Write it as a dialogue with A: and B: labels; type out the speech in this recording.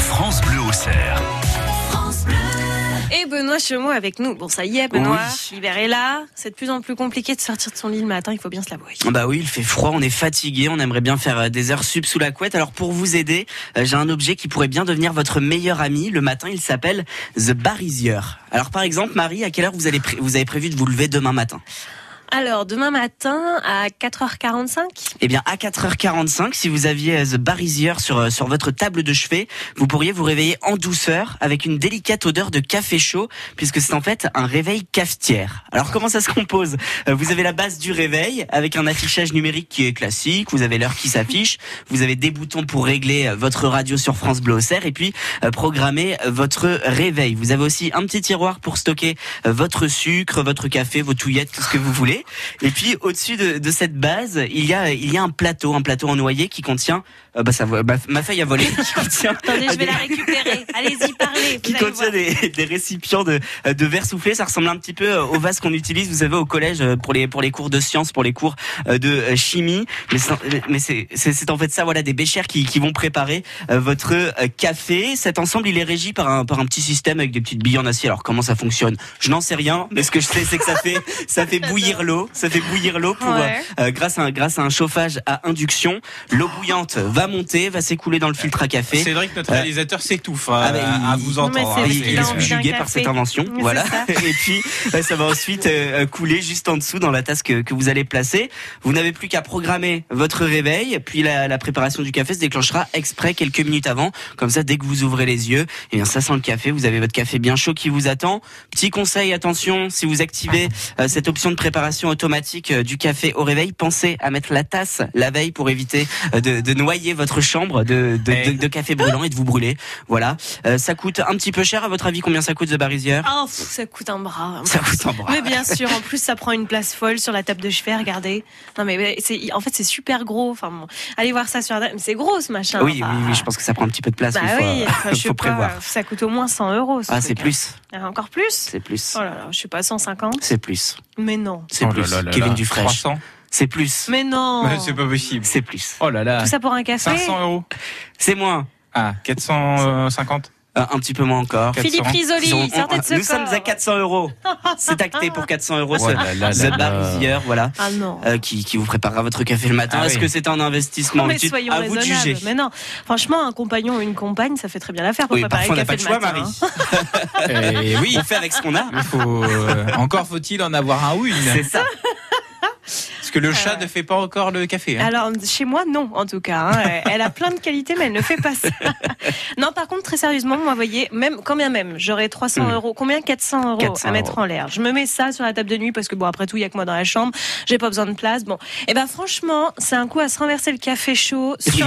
A: France Bleu Auxerre.
B: Et Benoît Chemot avec nous. Bon, ça y est, Benoît,
C: Oui.
B: l'hiver est là. C'est de plus en plus compliqué de sortir de son lit le matin, il faut bien se l'avouer.
C: Bah oui, il fait froid, on est fatigué, on aimerait bien faire euh, des heures sub sous la couette. Alors pour vous aider, euh, j'ai un objet qui pourrait bien devenir votre meilleur ami. Le matin, il s'appelle The Barisier. Alors par exemple, Marie, à quelle heure vous, allez pré- vous avez prévu de vous lever demain matin
B: Alors, demain matin à 4h45,
C: Eh bien, à 4h45, si vous aviez euh, The Barisier sur, euh, sur votre table de chevet, vous pourriez vous réveiller en douceur avec une délicate odeur de café chaud, puisque c'est en fait un réveil cafetière. Alors, comment ça se compose Euh, Vous avez la base du réveil avec un affichage numérique qui est classique, vous avez l'heure qui s'affiche, vous avez des boutons pour régler euh, votre radio sur France Bleu Auxerre et puis euh, programmer euh, votre réveil. Vous avez aussi un petit tiroir pour stocker euh, votre sucre, votre café, vos touillettes, tout ce que vous voulez. Et puis au-dessus de, de cette base, il y a il y a un plateau, un plateau en noyer qui contient euh, bah ça va- bah, ma feuille à voler qui contient
B: attendez, je vais la récupérer. Allez-y, parlez.
C: qui
B: vous allez
C: contient des, des récipients de, de verre soufflé. Ça ressemble un petit peu euh, au vase qu'on utilise, vous savez, au collège euh, pour les, pour les cours de sciences, pour les cours euh, de euh, chimie. Mais c'est mais c'est- c'est- c'est en fait ça, voilà, des béchères qui, qui vont préparer euh, votre euh, café. Cet ensemble, il est régi par un, par un petit système avec des petites billes en acier. Alors, comment ça fonctionne Je n'en sais rien, mais ce que je sais, c'est que ça fait, ça fait bouillir l'eau. Ça fait bouillir l'eau pour,
B: voir.
C: euh,
B: Ouais.
C: euh, grâce à un, grâce à un chauffage à induction. L'eau bouillante va monter, va s'écouler dans le filtre à café.
D: C'est vrai que notre
C: Euh,
D: réalisateur s'étouffe hein,
C: ah bah, il-
D: à, à vous
B: Non, mais
D: entendre.
B: c'est
D: hein,
B: parce
C: il,
B: qu'il
C: il
B: a
C: est
B: envie d'un
C: subjugué par
B: café.
C: cette invention,
B: Oui,
C: voilà.
B: c'est
C: Et puis euh, ça va ensuite euh, euh, couler juste en dessous dans la tasse que, que vous allez placer. Vous n'avez plus qu'à programmer votre réveil, puis la, la préparation du café se déclenchera exprès quelques minutes avant. Comme ça, dès que vous ouvrez les yeux, et bien ça sent le café. Vous avez votre café bien chaud qui vous attend. Petit conseil, attention, si vous activez euh, cette option de préparation automatique euh, du café au réveil, pensez à mettre la tasse la veille pour éviter euh, de, de noyer votre chambre de, de,
D: Eh.
C: de- de café brûlant et de vous brûler. Voilà. Euh, ça coûte un petit peu cher, à votre avis, combien ça coûte The Barisier
B: Oh, pff, ça coûte un bras.
C: Ça coûte un bras.
B: Mais bien sûr, en plus ça prend une place folle sur la table de chevet, regardez. Non mais c'est en fait c'est super gros. Enfin bon, allez voir ça sur internet, mais c'est gros ce machin.
C: Oui, oui,
B: Enfin,
C: oui, je pense que ça prend un petit peu de place.
B: Ah, Bah
C: il faut, euh,
B: oui, enfin, je sais
C: faut
B: pas,
C: prévoir.
B: ça coûte au moins 100 euros. ce
C: Ah, c'est
B: truc.
C: plus,
B: Ah, Encore plus
C: c'est plus,
B: Oh là là, je sais pas, 150
C: c'est plus,
B: Mais non.
C: c'est
D: Oh là
C: plus.
D: là là
C: Kevin
D: là.
C: Dufresne,
D: 300
C: c'est plus,
B: Mais non
D: Ouais, C'est pas possible.
C: Bah, c'est plus,
D: Oh là là.
B: Tout ça pour un café
D: 500 euros.
C: c'est moins,
D: Ah, 450.
C: Euh, un petit peu moins encore.
B: Philippe
D: 400.
B: Risoli,
C: Ils ont-
B: sortez de ce
C: nous sommes
B: corps.
C: à 400 euros. C'est acté pour 400 euros. ce- The Barisier, voilà.
B: Ah non
C: euh, qui, qui vous préparera votre café le matin.
D: Ah
C: Est-ce
D: oui.
C: que c'est un investissement
B: mais
C: utile
B: soyons
C: À vous de
B: raisonnables.
C: juger.
B: Mais non, franchement, un compagnon ou une compagne, ça fait très bien l'affaire pour
C: Oui,
B: préparer
C: parfois on
B: le café
C: n'a pas de choix,
B: le matin,
C: Marie.
B: hein.
D: Eh oui.
C: On fait avec ce qu'on a.
D: Mais faut, euh, encore faut-il en avoir un ou une.
C: C'est ça.
D: Parce que le chat ne fait pas encore le café. hein.
B: Alors, chez moi, non, en tout cas. hein. Elle a plein de qualités, mais elle ne fait pas ça. non, par contre, très sérieusement, moi, voyez, même, combien même J'aurais 300
C: Hmm.
B: euros, combien 400 euros
C: 400
B: à mettre
C: euros.
B: en l'air. Je me mets ça sur la table de nuit parce que, bon, après tout, il n'y a que moi dans Eh la chambre. J'ai pas besoin de place. Bon, et ben, franchement, c'est un coup à se renverser le café chaud sur la